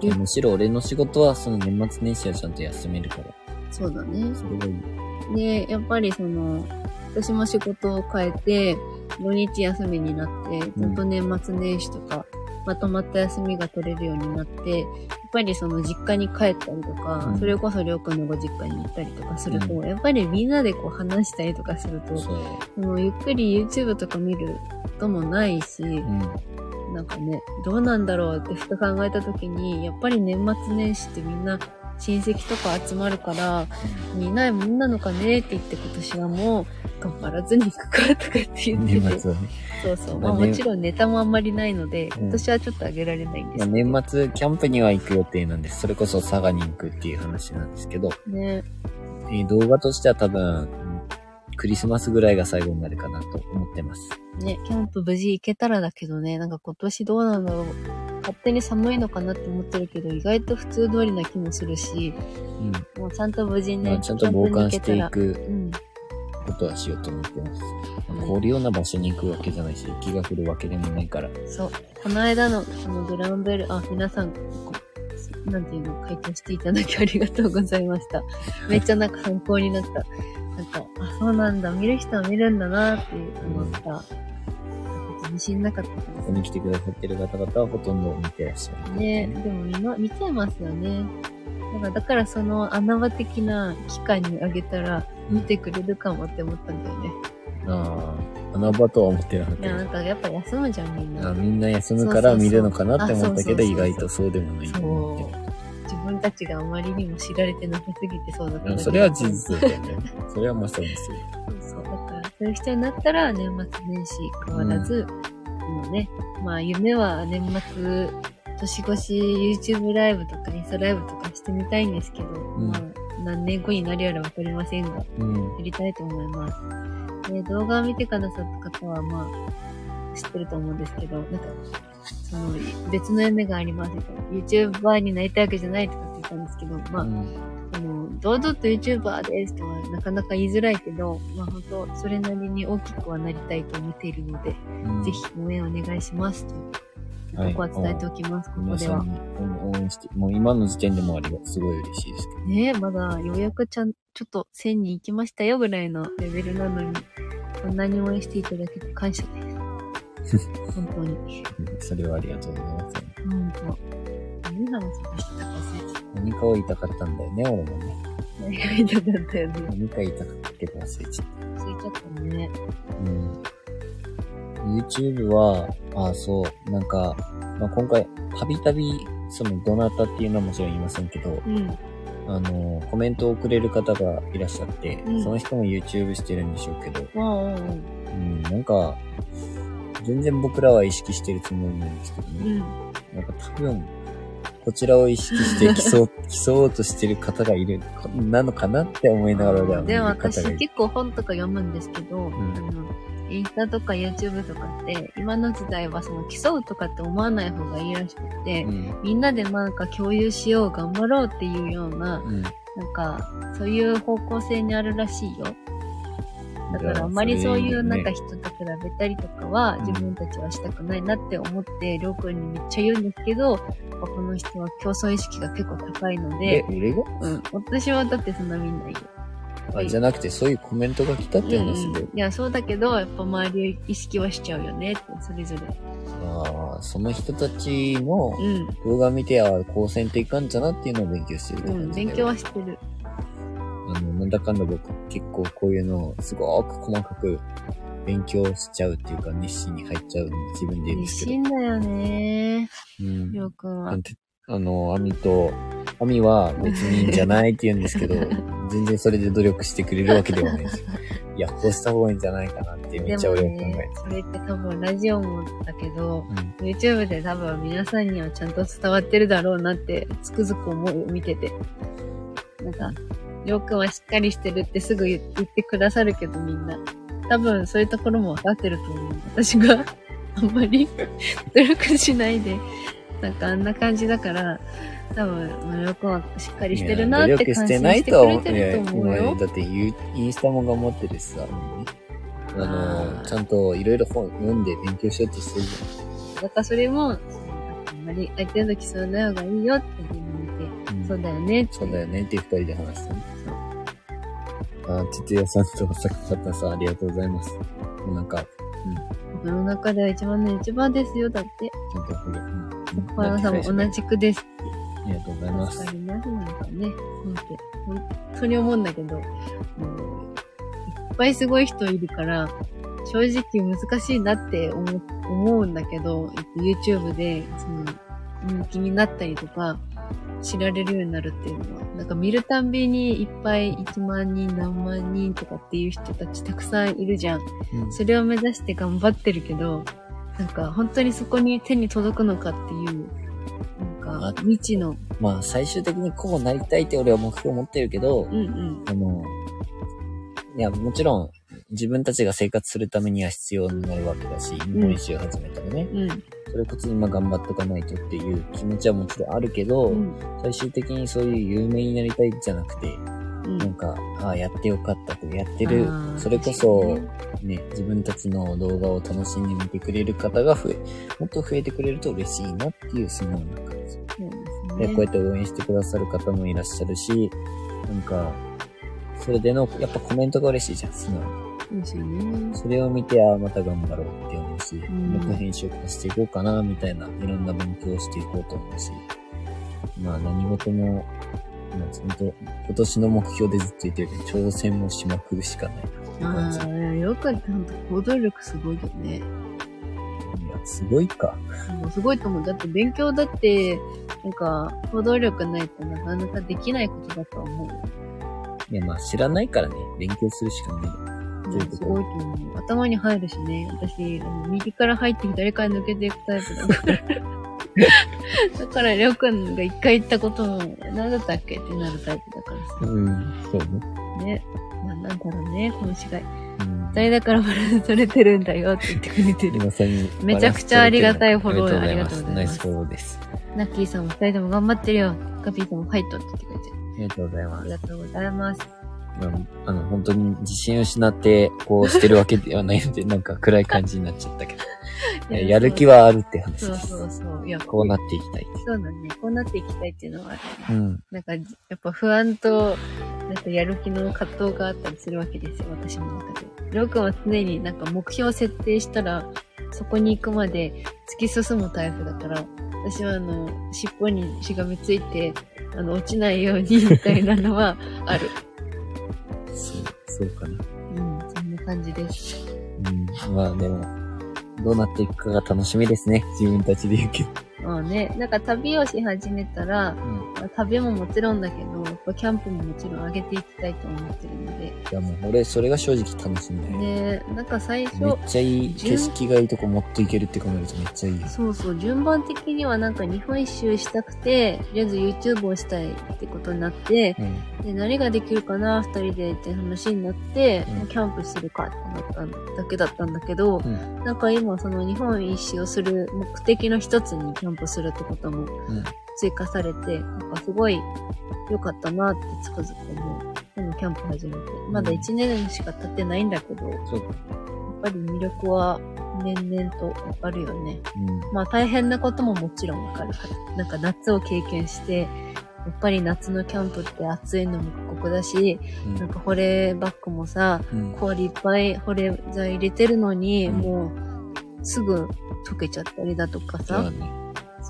Speaker 1: いやむしろ俺の仕事は、その年末年始はちゃんと休めるから。
Speaker 2: そうだね。
Speaker 1: それがいい。
Speaker 2: で、やっぱりその、私も仕事を変えて、土日休みになって、
Speaker 1: ん
Speaker 2: ほんと年末年始とか、まとまった休みが取れるようになって、やっぱりその実家に帰ったりとか、
Speaker 1: うん
Speaker 2: それこそりょうくんのご実家に行ったりとかすると、
Speaker 1: う
Speaker 2: やっぱりみんなでこう話したりとかすると、
Speaker 1: そう。
Speaker 2: そのゆっくり YouTube とか見ることもないし、
Speaker 1: うん。
Speaker 2: なんかね、どうなんだろうってふと考えた時に、やっぱり年末年始ってみんな親戚とか集まるから、見ないもんなのかねって言って今年はもう頑張らずに行くかとかって言ってて。
Speaker 1: 年末はね。
Speaker 2: そうそう。
Speaker 1: ま
Speaker 2: ま
Speaker 1: あ
Speaker 2: あ
Speaker 1: ね
Speaker 2: もちろんネタもあんまりないの
Speaker 1: う
Speaker 2: で、
Speaker 1: ん
Speaker 2: 今年はちょっとあげられないんで
Speaker 1: ますあ、
Speaker 2: けど。
Speaker 1: 年末、キャンプには行く予定なんです。それこそ佐賀に行くっていう話なんですけど、
Speaker 2: ね。
Speaker 1: えー動画としては多分、うんクリスマスぐらいが最後になるかなと思ってます。
Speaker 2: ね、キャンプ無事行けたらだけどね、なんか今年どうなんだろう。勝手に寒いのかなって思ってるけど、意外と普通通りな気もするし、
Speaker 1: うん。
Speaker 2: もうちゃんと無事
Speaker 1: まあ
Speaker 2: ね、
Speaker 1: ちゃんと傍観
Speaker 2: キ
Speaker 1: し
Speaker 2: ャンプ
Speaker 1: て
Speaker 2: に
Speaker 1: い
Speaker 2: 行け
Speaker 1: く
Speaker 2: たら。うん。
Speaker 1: ことはしようと思ってます。
Speaker 2: うん
Speaker 1: まあ、凍るような場所に行くわけじゃないし、雪が降るわけでもないから。
Speaker 2: そう。この間の、あの、グランベル、あ、皆さん、こうなんていうの、回答していただきありがとうございま
Speaker 1: [LAUGHS]
Speaker 2: した。めっちゃなんか参考になった。なんか、あ、そうなんだ、見る人は見るんだなって思った。自信なかったで
Speaker 1: ここに来てくださってる方々はほとんど見てらっしゃ
Speaker 2: す
Speaker 1: る。
Speaker 2: ね。でも見ま、見ちゃいますよね。だから、だからその穴場的な期間にあげたら、見てくれるかもって思ったんだよね。
Speaker 1: ああ、穴場とは思ってなかっ
Speaker 2: いや、
Speaker 1: た
Speaker 2: なんかやっぱ休むじゃん、みん
Speaker 1: け
Speaker 2: な
Speaker 1: ど。あ。みんな休むから見るのかなって思ったけど、
Speaker 2: そうそうそうそう
Speaker 1: 意外とそうでもないと思ってる。
Speaker 2: 自分たちがあまりにも知られてなさすぎてそうだった
Speaker 1: う
Speaker 2: だ
Speaker 1: ん
Speaker 2: け
Speaker 1: それは事実だよね。それはまさにそう。
Speaker 2: そうだから、そういう人になったら年末年始変わらず、もうね、まあ夢は年末、年越し YouTube ライブとかインスタライブとかしてみたいんですけど、
Speaker 1: ん
Speaker 2: まあ何年後になるやらわかりませんが、や
Speaker 1: うん。
Speaker 2: りたいと思います。で動画を見てくださった方はまあ、知ってると思うんですけど、なんか、その、別の夢がありますみたいな。YouTuber になりたいわけじゃないとかって言ったんですけど、まあ、あの、堂々と YouTuber ですとはなかなか言いづらいけど、まあ本当、それなりに大きくはなりたいと思っているので、
Speaker 1: うん
Speaker 2: ぜひ応援お願いしますと、
Speaker 1: はい
Speaker 2: ここは伝えておきます、ここ
Speaker 1: 皆
Speaker 2: で
Speaker 1: さ
Speaker 2: は
Speaker 1: ん。に応援して、もう今の時点でもありがすごい嬉しいですけど。
Speaker 2: ねえまだようやくちゃん、ちょっと1000人行きましたよぐらいのレベルなのに、こんなに応援していただけて感謝 [LAUGHS] です。本当に。
Speaker 1: それはありがとうございます。
Speaker 2: 本当。何話をしてたか忘れちゃった
Speaker 1: 何かを言いたかったんだよね、俺もね。
Speaker 2: 何が言いたかったよね。
Speaker 1: 何か言いたかったけど忘れちゃっ
Speaker 2: 忘れちゃったね。
Speaker 1: た。うん。YouTube は、ああ、そう、なんか、まあ、今回、たびたび、その、どなたっていうのはもちろん言いませんけど、
Speaker 2: うん。
Speaker 1: あの、コメントをくれる方がいらっしゃって、
Speaker 2: うん
Speaker 1: その人も YouTube してるんでしょうけど、
Speaker 2: うんうん
Speaker 1: うん、なんか、全然僕らは意識してるつもりなんですけど
Speaker 2: う
Speaker 1: ね。
Speaker 2: ん。
Speaker 1: なんか多分、こちらを意識して
Speaker 2: [LAUGHS]
Speaker 1: 競う競おうとしてる方がいる、なのかなって思いながら俺は見
Speaker 2: で
Speaker 1: る
Speaker 2: も
Speaker 1: 方が
Speaker 2: 私
Speaker 1: いる。
Speaker 2: 結構本とか読むんですけど、
Speaker 1: ん
Speaker 2: あのインスタとか YouTube とかって今の時代はその競うとかって思わない方がいいらしくて、
Speaker 1: うん。
Speaker 2: みんなでなんか共有しよう頑張ろうっていうような
Speaker 1: うん。
Speaker 2: なんかそういう方向性にあるらしいよだか
Speaker 1: じゃ
Speaker 2: らあんまりそういうなんか
Speaker 1: ね
Speaker 2: 人と比べたりとかは
Speaker 1: うん
Speaker 2: 自分たちはしたくないなって思ってりょうくんにめっちゃ言うんですけどやっぱこの人は競争意識が結構高いの
Speaker 1: え
Speaker 2: で、、
Speaker 1: 俺が
Speaker 2: うん、私はだってそんなみんな言う
Speaker 1: あ、じゃなくてそういうコメントが来たって話で。
Speaker 2: うんうんいや、そうだけど、やっぱ周りを意識はしちゃうよねって、それぞれ。
Speaker 1: ああ、その人たちの
Speaker 2: うん。
Speaker 1: 動画見て、ああ、こうせんといかんじゃなっていうのを勉強してるって
Speaker 2: う
Speaker 1: 感じ
Speaker 2: ん、
Speaker 1: で
Speaker 2: 勉強はしてる。
Speaker 1: あの、なんだかんだ僕結構こういうのをすごく細かく勉強しちゃうっていうか熱心に入っちゃうんで自分で言うんで
Speaker 2: 嬉
Speaker 1: す
Speaker 2: し
Speaker 1: け
Speaker 2: いんだよね
Speaker 1: ど。うん
Speaker 2: りょうくん
Speaker 1: な
Speaker 2: は
Speaker 1: ん。てあの、アミと、アミは別にいいんじゃないって言うんですけ
Speaker 2: [LAUGHS]
Speaker 1: ど、全然それで努力してくれるわけではないですよ。いや、こうした方がいいんじゃないかなってめっちゃ俺は考え
Speaker 2: ね、それって多分ラジオもだけど、
Speaker 1: て。うん。
Speaker 2: YouTube で多分皆さんにはちゃんと伝わってるだろうなって、つくづく思うよ、見てて。なんか、りょうくんはしっかりしてるってすぐ言言ってくださるけど、みんな。多分そういうところも分かってると思う。私が [LAUGHS] あんまり努力しないで、なんかあんな感じだから、多分、まありょうくんはしっかりしてるなっ
Speaker 1: いや努
Speaker 2: て
Speaker 1: 力して
Speaker 2: 感心
Speaker 1: ない
Speaker 2: して
Speaker 1: とは
Speaker 2: くれ
Speaker 1: 思う。いや、
Speaker 2: てると思う
Speaker 1: 今
Speaker 2: よ。
Speaker 1: だってユーインスタも頑張ってるしさ、あの、
Speaker 2: あー
Speaker 1: ちゃんといろいろ本読んで勉強しようとしてるじ
Speaker 2: だからそれも、なんかあんまり相手の競いない方がいいよって言うのを見
Speaker 1: ゃん。
Speaker 2: て、そうだよねって。
Speaker 1: そうだよねって二人で話したね。あー、つつやさんとさくたさんありがとうございます。もうなんか、
Speaker 2: 僕の中では一番の一番ですよ。だって、
Speaker 1: ちゃんとこれ、うん。
Speaker 2: 小山さんも同じくです。
Speaker 1: ありがとうございま
Speaker 2: 確か
Speaker 1: す。
Speaker 2: になぜなのかね。本当本当に思うんだけど、もういっぱいすごい人いるから、正直難しいなって思う思うんだけど、YouTube で、その、人気になったりとか、知られるようになるっていうのは、なんか見るたんびにいっぱい1万人何万人とかっていう人たちたくさんいるじゃん。
Speaker 1: うん
Speaker 2: それを目指して頑張ってるけど、なんか本当にそこに手に届くのかっていう、な
Speaker 1: あ
Speaker 2: んか未知の、
Speaker 1: まあ、最終的にこうなりたいって俺は目標を持ってるけど
Speaker 2: う、んうん。
Speaker 1: あの、いや、もちろん、自分たちが生活するためには必要になるわけだし、日本一周を始めたらね、
Speaker 2: うん、
Speaker 1: それこそ今頑張っとかないとっていう気持ちはもちろんあるけど、
Speaker 2: うん、
Speaker 1: 最終的にそういう有名になりたいじゃなくて、
Speaker 2: うん
Speaker 1: なんか、ああ、やってよかったとか、やってる
Speaker 2: あ、ー
Speaker 1: それこそ、ね、自分たちの動画を楽しんで見てくれる方が増え、もっと増えてくれると嬉しいなっていう素直な感じ。
Speaker 2: そうです
Speaker 1: で、
Speaker 2: ね
Speaker 1: こうやって応援してくださる方もいらっしゃるし、なんか、それでの、やっぱコメントが嬉しいじゃん、素直に。
Speaker 2: 嬉しいね。
Speaker 1: それを見て、ああ、また頑張ろうって思うし、
Speaker 2: ん
Speaker 1: もっと編集化していこうかな、みたいな、いろんな勉強をしていこうと思うし、まあ何事も、まあ、本当今年の目標でずっと言ってるけど、挑戦もしまくるしかないなっていう感じ
Speaker 2: あ。あ、よくってほんと行動力すごいよね。
Speaker 1: いや、すごいか。
Speaker 2: もうすごいと思う。だって勉強だって、なんか行動力ないとなかなかできないことだとは思うよ。
Speaker 1: いや、まあ知らないからね、勉強するしかない。
Speaker 2: うんすごいと思う。頭に入るしね。私、あの右から入って左から抜けていくタイプだから。だから、りょうくんが一回言ったことも、何だったっけってなるタイプだからさ。
Speaker 1: うん、そうね。
Speaker 2: ね。ななんだろうね、この違い。
Speaker 1: うん
Speaker 2: 誰だからバランス取れてるんだよって言ってくれてる。
Speaker 1: 今さに
Speaker 2: めちゃくちゃありがたいフォロー
Speaker 1: ありがとうございます。
Speaker 2: ありがとうござ
Speaker 1: ナ
Speaker 2: い
Speaker 1: イ
Speaker 2: ます
Speaker 1: スフォローです。
Speaker 2: ナッキーさんも二人とも頑張ってるよ。ガピーさんもファイトって言ってくれてる。
Speaker 1: ありがとうございま
Speaker 2: あり
Speaker 1: す。
Speaker 2: がとうございます。
Speaker 1: あの、本当に自信を失って、こうしてるわけではないので、なんか暗い感じになっちゃった
Speaker 2: [LAUGHS]
Speaker 1: けど。いややる気
Speaker 2: は。
Speaker 1: はあるって話
Speaker 2: そ
Speaker 1: で
Speaker 2: う
Speaker 1: す。
Speaker 2: そうそう。いや、
Speaker 1: こうなっていきたい。
Speaker 2: そうだね。こうなっていきたいっていうのはあるよね。
Speaker 1: うん。
Speaker 2: なんか、じやっぱ不安と、なんかとやる気の葛藤があったりするわけですよ、私の中で。りょうくんは常になんか目標を設定したら、そこに行くまで突き進むタイプだから、私はあの、尻尾にしがみついて、あの、落ちないようにみたいなのはある。
Speaker 1: そう、そうかな。
Speaker 2: うん、そんな感じです。
Speaker 1: うん。まあでも、どうなっていくかが楽しみですね。自分たちで言うけど。
Speaker 2: まあね、なんか旅をし始めたら、
Speaker 1: うん。
Speaker 2: 旅ももちろんだけど、やっぱキャンプももちろん上げていきたいと思ってるので。
Speaker 1: いやもう俺、それが正直楽しみだよ。
Speaker 2: で、なんか
Speaker 1: め
Speaker 2: 最
Speaker 1: っ
Speaker 2: 初、
Speaker 1: ちゃいい、景色がいいとこ持っていけるって考えるとめっちゃいいよ。
Speaker 2: そうそう、順番的にはなんか日本一周したくて、とりあえず YouTube をしたいってことになって、
Speaker 1: うん。
Speaker 2: で、何ができるかな、二人でって話になって、
Speaker 1: うん
Speaker 2: キャンプするかってなったんだけだったんだけど、
Speaker 1: うん。
Speaker 2: なんか今その日本一周をする目的の一つにキャンプするってことも
Speaker 1: うん
Speaker 2: 追加されて、なんかすごい良かったなってつくづく思う。でもキャンプ始めて。まだ1年しか経ってないんだけど、やっ
Speaker 1: そうか。
Speaker 2: ぱり魅力は年々とわかるよね。
Speaker 1: うん。
Speaker 2: まあ大変なことももちろんわかるから。なんか夏を経験して、やっぱり夏のキャンプって暑いのも過酷だし、
Speaker 1: うん
Speaker 2: なんか保冷バッグもさ、
Speaker 1: うん。
Speaker 2: 氷いっぱい保冷剤入れてるのに、
Speaker 1: うん
Speaker 2: もうすぐ溶けちゃったりだとか
Speaker 1: そうだ
Speaker 2: さ、
Speaker 1: ね。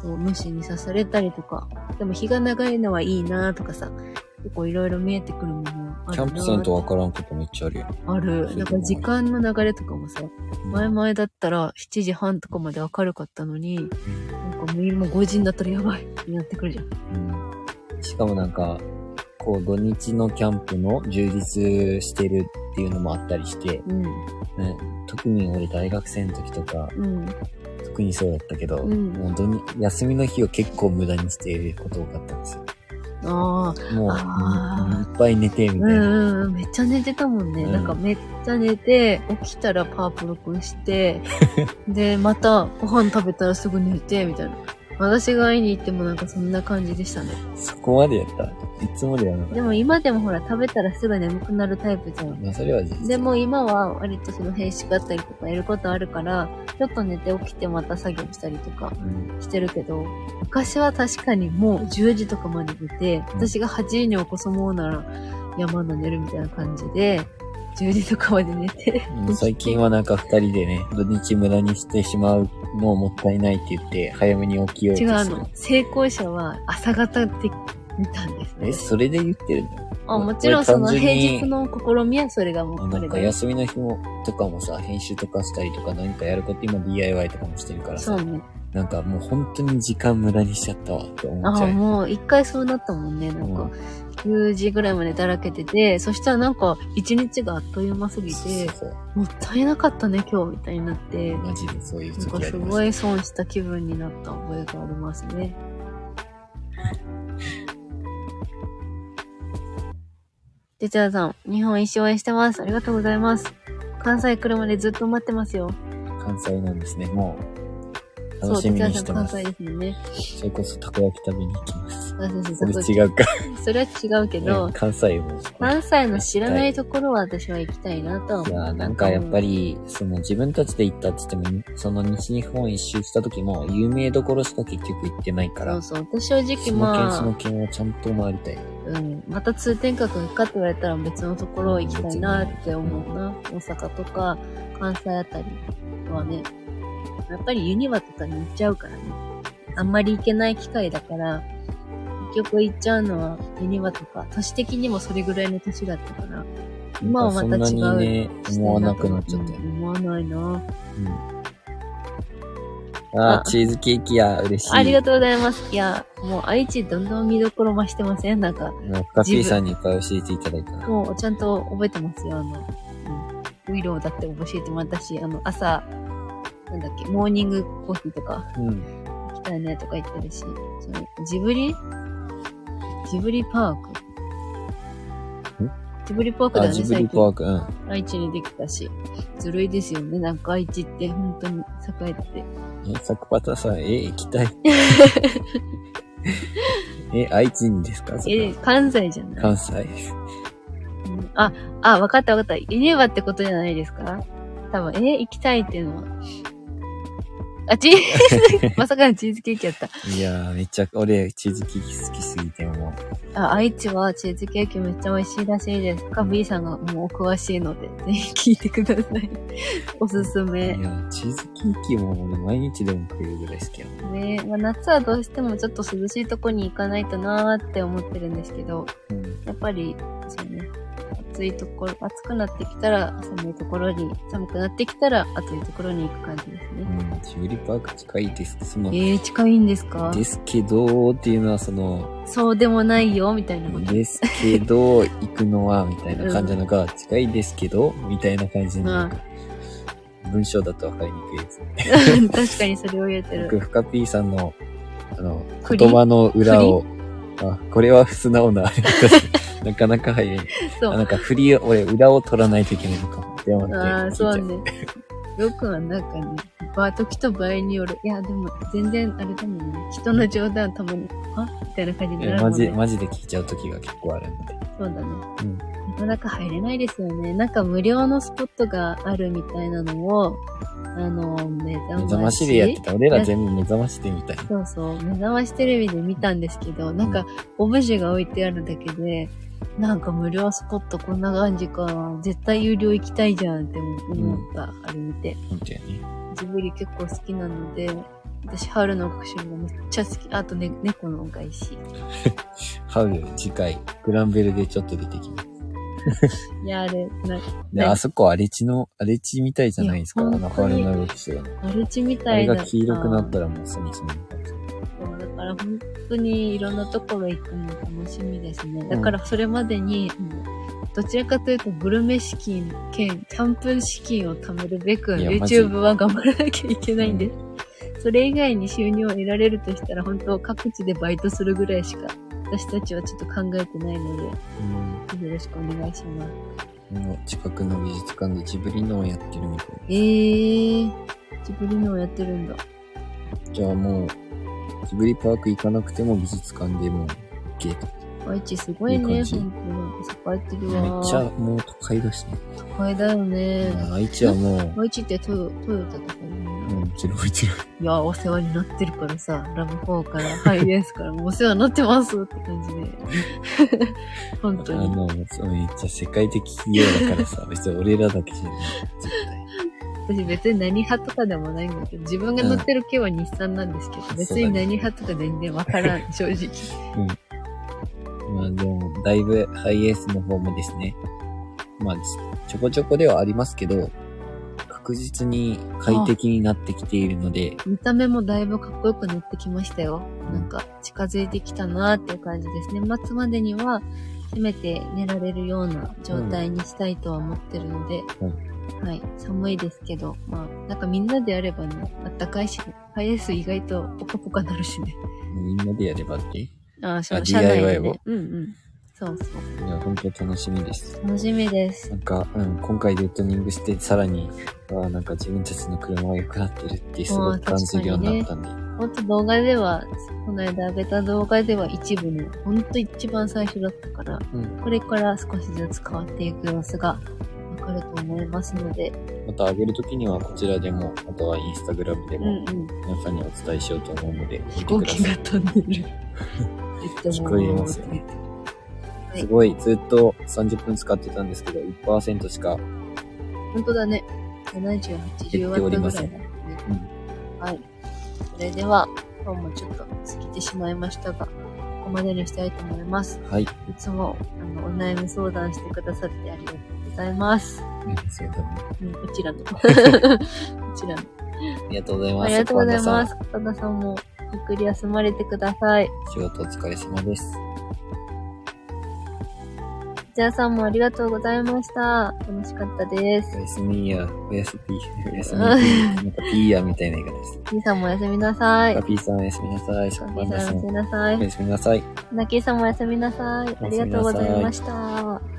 Speaker 2: そう虫に刺されたりとか、でも日が長いのはいいなとかさ、結構いろいろ見えてくるものあるな
Speaker 1: キャンプせんとわからんことめっちゃあるよ。
Speaker 2: ある。なんか時間の流れとかもさ、前々だったら7時半とかまで明るかったのに、なんかもう今5時になったらやばいってなってくるじゃん。
Speaker 1: うん。しかもなんか、こう土日のキャンプの充実してるっていうのもあったりして、ね、特に俺大学生の時とか、
Speaker 2: うん。うん。
Speaker 1: 特にそうだったけど、
Speaker 2: うん
Speaker 1: もう土日休みの日を結構無駄にしていること多かったんですよ。
Speaker 2: ああ。
Speaker 1: もう、
Speaker 2: あー
Speaker 1: うんいっぱい寝て、み
Speaker 2: う
Speaker 1: たい
Speaker 2: ん
Speaker 1: な。
Speaker 2: うんうん。めっちゃ寝てたもんね。
Speaker 1: うん
Speaker 2: なんかめっちゃ寝て、起きたらパープルくんして、 [LAUGHS] で、またご飯食べたらすぐ寝て、みたいな。私が会いに行ってもなんかそんな感じでしたね。
Speaker 1: そこまでやった。いつもではなかっ
Speaker 2: でも今でもほら食べたらすぐ眠くなるタイプじゃん
Speaker 1: た。。まあ、それは事実。
Speaker 2: でも今は割とその変色だったりとかやることあるから、ちょっと寝て起きてまた作業したりとか
Speaker 1: うん、
Speaker 2: してるけど、昔は確かにもう10時とかまで寝て、私が8時に起こそうもうなら山の寝るみたいな感じで、10時とかまで寝て、
Speaker 1: うん最近はなんか二人でね、土日無駄にしてしまうのをもったいないって言って、早めに起きようと
Speaker 2: 違う
Speaker 1: する
Speaker 2: の。成功者は朝方って見たんです
Speaker 1: え、
Speaker 2: ね。
Speaker 1: それで言ってるんだよ。
Speaker 2: あもちろんその
Speaker 1: 俺
Speaker 2: 平
Speaker 1: 単純に
Speaker 2: 日の試みはそれがも
Speaker 1: もう
Speaker 2: う
Speaker 1: な
Speaker 2: こ
Speaker 1: ん
Speaker 2: れ
Speaker 1: か
Speaker 2: だよ。
Speaker 1: 休みの日も、とかもさ、編集とかしたりとか何かやること、今 DIY とかもしてるから
Speaker 2: そ
Speaker 1: さ
Speaker 2: う、ね。
Speaker 1: なんかもう本当に時間無駄にしちゃったわって思っち
Speaker 2: あ
Speaker 1: ゃ
Speaker 2: あ、
Speaker 1: う。
Speaker 2: もう一回そうなったもんね。なん
Speaker 1: うん
Speaker 2: か、10時ぐらいまでだらけてて、そしたらなんか、一日があっという間すぎて、
Speaker 1: そうそう
Speaker 2: もったいなかったね、今日、みたいになって、
Speaker 1: マジでそういう
Speaker 2: なん
Speaker 1: 時あ
Speaker 2: か
Speaker 1: りますす。
Speaker 2: ごい損した気分になった覚えがあります
Speaker 1: [LAUGHS]
Speaker 2: ね。てつやさん、日本一周応援してます。ありがとうございます。関西来るまでずっと待ってますよ。
Speaker 1: 関西なんですね。もう、
Speaker 2: そう、
Speaker 1: 楽して
Speaker 2: つ
Speaker 1: み
Speaker 2: や
Speaker 1: に
Speaker 2: さ
Speaker 1: し
Speaker 2: ん
Speaker 1: てま
Speaker 2: 関
Speaker 1: す
Speaker 2: 西。ですもんね。
Speaker 1: それこそたこ焼き食べに行きます。
Speaker 2: あそうそう
Speaker 1: そ
Speaker 2: そう
Speaker 1: れ
Speaker 2: こっち
Speaker 1: 違うか。
Speaker 2: それは違うけど、
Speaker 1: 関西も。
Speaker 2: 関西の知らないところは私は行きたいなとは思。
Speaker 1: いうやーなんかやっぱり、その自分たちで行ったって言っても、その西日本一周した時も、有名どころしか結局行ってないか
Speaker 2: そ
Speaker 1: ら
Speaker 2: う、そう。私正直
Speaker 1: その県その
Speaker 2: まあ、
Speaker 1: 県をちゃんと回りたい。
Speaker 2: うん、また通天閣かって言われたら別のところ行きたいなって思うな。大阪とか関西あたりはね、やっぱりユニバとかに行っちゃうからね。あんまり行けない機会だから、結局行っちゃうのはユニバとか、都市的にもそれぐらいの年だったから、今はまた違う
Speaker 1: なんかそんなにね、思わなくなっちゃっ
Speaker 2: う
Speaker 1: たよね。
Speaker 2: ん思わないな。
Speaker 1: うん。あー、
Speaker 2: あ
Speaker 1: チーズケーキや、嬉しい。
Speaker 2: ありがとうございます。いや、もう愛知どんどん見どころ増してませんなんか、
Speaker 1: もう、深ーさんにいっぱい教えていただいたな。
Speaker 2: もうちゃんと覚えてますよ。あの、うん、ウィローだって教えてもらったし、あの、朝、なんだっけ、モーニングコーヒーとか、
Speaker 1: うん。
Speaker 2: 来たねとか言ってるし、そのジブリジブリパークジブリパークだ
Speaker 1: あ、
Speaker 2: よ
Speaker 1: ジ
Speaker 2: ね、
Speaker 1: ブリ
Speaker 2: 最
Speaker 1: パー
Speaker 2: 近。
Speaker 1: ク、うん。
Speaker 2: 愛知にできたし。ずるいですよね。なんか愛知って本当に栄えてて。
Speaker 1: え、サクパタさん、え、行き
Speaker 2: [LAUGHS]
Speaker 1: たい。え、愛知にですかそれ
Speaker 2: え、関西じゃない
Speaker 1: 関西。
Speaker 2: うんあ、あ、わかったわかった。ユニバってことじゃないですか多分、え、行きたいっていうのは。あ、チーズ
Speaker 1: [LAUGHS]
Speaker 2: ケーキ、まさかのチーズケーキやった。
Speaker 1: いやー、めっちゃ、俺、チーズケーキ好きすぎて、も
Speaker 2: あ、愛知はチーズケーキめっちゃ美味しいらしいです。カビーさんがもうお詳しいので、ぜひ聞いてくだ
Speaker 1: [LAUGHS]
Speaker 2: さい。おすす
Speaker 1: う。い
Speaker 2: め
Speaker 1: や。ー、チーズケーキも俺、毎日でも食えるぐらい好きやもん。
Speaker 2: ねまあ、夏はどうしてもちょっと涼しいとこに行かないとなーって思ってるんですけど、
Speaker 1: うん。
Speaker 2: やっぱり、そうね、暑いところ、暑くなってきたら寒いところに、寒くなってきたら暑いところに行く感じですね。
Speaker 1: うん、ジブリパーク近いです。その、
Speaker 2: えー、近いんですか
Speaker 1: ですけど、っていうのは、その、
Speaker 2: そうでもないよ、みたい
Speaker 1: [LAUGHS]
Speaker 2: なこと。
Speaker 1: ですけど、行くのは、みたいな感じなのが、近いですけど、みたいな感じの、なんか文章だと分かりにくいですね。
Speaker 2: 確かにそれを言えてる。
Speaker 1: 僕、フカピーさんの、あの、
Speaker 2: 振り
Speaker 1: 言葉の裏を、あ、これは素直な、あれだ [LAUGHS] なかなか入れない。
Speaker 2: そ
Speaker 1: あ
Speaker 2: う。
Speaker 1: なんか振りを、俺、裏を取らないといけないのかも。でもね
Speaker 2: ああ、そう
Speaker 1: 聞い
Speaker 2: ね。よくはなんかね、場、時と場合による。いや、でも全然あれだもんね。人の冗談たまに、あみたいな感じに
Speaker 1: ちゃうえ
Speaker 2: なるも
Speaker 1: マ
Speaker 2: んね。
Speaker 1: ジ、マジで聞いちゃう時が結構あるので。
Speaker 2: そうだね。
Speaker 1: うん
Speaker 2: なかなか入れないですよね。なんか無料のスポットがあるみたいなのを、あの、目覚ま
Speaker 1: 目
Speaker 2: し。
Speaker 1: 覚ましでやってた。俺ら全部目覚ましでみたいな。
Speaker 2: そうそう、目覚ましテレビで見たんですけど、なんか、オブジェが置いてあるだけで、なんか無料スポットこんな感じかな。絶対有料行きたいじゃんって思った、あれ見て。
Speaker 1: 本当やね。
Speaker 2: ジブリ結構好きなので、私、春の学習がめっちゃ好き。あと、ね、猫の外し
Speaker 1: ハウル、次回、グランベルでちょっと出てきます。
Speaker 2: いや、あれ、な
Speaker 1: で、
Speaker 2: ね
Speaker 1: あそこ荒れ地の、荒れ地みたいじゃないですか、あ
Speaker 2: いや
Speaker 1: の、ハ
Speaker 2: 本
Speaker 1: ウ
Speaker 2: 当
Speaker 1: ル
Speaker 2: に
Speaker 1: の歴史が。
Speaker 2: マルチみ
Speaker 1: あ
Speaker 2: た
Speaker 1: れ
Speaker 2: いな。
Speaker 1: が黄色くなったらもうすみすみ。
Speaker 2: そうだから本当にいろんなところ行くの楽しみですね。だからそれまでに、うんどちらかというとグルメ資金兼キャンプ資金を貯めるべく
Speaker 1: いや
Speaker 2: YouTube は頑張らなきゃいけないんです。それ以外に収入を得られるとしたら本当各地でバイトするぐらいしか私たちはちょっと考えてないので
Speaker 1: うん。
Speaker 2: よろしくお願いします。
Speaker 1: もう近くの美術館でジブリのやってるみたいな。
Speaker 2: えー、ジブリのやってるんだ。
Speaker 1: じゃあもう、ジブリパーク行かなくても美術館でも行けと。
Speaker 2: 愛知すごい
Speaker 1: いい
Speaker 2: ね、
Speaker 1: 感じ
Speaker 2: 本当に。栄えてる
Speaker 1: めっ
Speaker 2: わ。
Speaker 1: ちゃもう都会だしね。
Speaker 2: 都会だよね。
Speaker 1: 愛知はもう、
Speaker 2: 毎日ってトヨトヨタとかに、
Speaker 1: うん、ちろいちろい。
Speaker 2: いや、お世話になってるからさ、ラブ4から、ハイエースから、もうお世話になってますって感じで。
Speaker 1: [LAUGHS]
Speaker 2: 本
Speaker 1: あ
Speaker 2: 当に。
Speaker 1: の、そうめっちゃ世界的企業だからさ、別に俺らだけじゃない。絶対。
Speaker 2: 私別に何派とかでもないんだけど、自分が乗ってる系は日産なんですけど、
Speaker 1: うん
Speaker 2: 別に何派とか全然わからん、正直。
Speaker 1: まあでも、だいぶハイエースの方もですね、まあ、ちょこちょこではありますけど、確実に快適になってきているので、
Speaker 2: 見た目もだいぶかっこよくなってきましたよ。なんか近づいてきたなーっていう感じですね。年末までにはせめて寝られるような状態にしたいとは思ってるので、
Speaker 1: う
Speaker 2: はい、寒いですけど、まあ、なんかみんなでやればね、あったかいし、ハイエース意外とポカポカなるしね。
Speaker 1: みんなでやればって。い
Speaker 2: ああ、そ
Speaker 1: あ
Speaker 2: う、車内で
Speaker 1: DIY を
Speaker 2: ね。うんうん。そうそう。
Speaker 1: や、本当楽しみです。
Speaker 2: 楽しみです。
Speaker 1: なんか、うん、今回レッドニングして、さらに、あーなんか自分たちの車が良くなってるって、すごく感じるようになったんで。
Speaker 2: ほんと動画では、この間上げた動画では一部の、ほんと一番最初だったから、
Speaker 1: うん。
Speaker 2: これから少しずつ変わっていく様子がわかると思いますので、
Speaker 1: また上げるときには、こちらでも、あとはインスタグラムで
Speaker 2: う
Speaker 1: も、
Speaker 2: ん。
Speaker 1: 皆さんにお伝えしようと思うので、
Speaker 2: 飛
Speaker 1: 見てくだ
Speaker 2: 行機
Speaker 1: さ
Speaker 2: が
Speaker 1: い。
Speaker 2: 飛ん
Speaker 1: [LAUGHS]
Speaker 2: でる。
Speaker 1: 聞こえますよね。
Speaker 2: はい
Speaker 1: すごい、ずっと30分使ってたんですけど、1%しか
Speaker 2: 本当だね。70、80ワットぐらいだね。はい。それでは、今日もちょっと過ぎてしまいましたが、ここまでにしたいと思います。
Speaker 1: はい。
Speaker 2: いつも、あの、お悩み相談してくださってありがとうございます。
Speaker 1: そうだね
Speaker 2: うん、こ
Speaker 1: [LAUGHS]
Speaker 2: ちらの。こちらの。
Speaker 1: ありがとうございます。
Speaker 2: ありがとうございま
Speaker 1: 神
Speaker 2: す。片田さんも、ゆっくり休まれてください。
Speaker 1: 田さん。仕事お疲れ様です。
Speaker 2: じゃあさんもありがとうございました。楽しかったで
Speaker 1: お
Speaker 2: す。
Speaker 1: やすみや、おやすみ、おやすみ、なんかピーやみたいな言い方です。
Speaker 2: じいさんもおやすみなさい。
Speaker 1: ラピーさんおやすみなさい。シ
Speaker 2: さ
Speaker 1: ャ
Speaker 2: ん
Speaker 1: ン
Speaker 2: も
Speaker 1: パ
Speaker 2: お
Speaker 1: ンダ
Speaker 2: や
Speaker 1: さ
Speaker 2: す
Speaker 1: ん
Speaker 2: みなさ
Speaker 1: お
Speaker 2: い。
Speaker 1: やすみなさい。
Speaker 2: なきさんもおやすみなさい。ありがとうございました。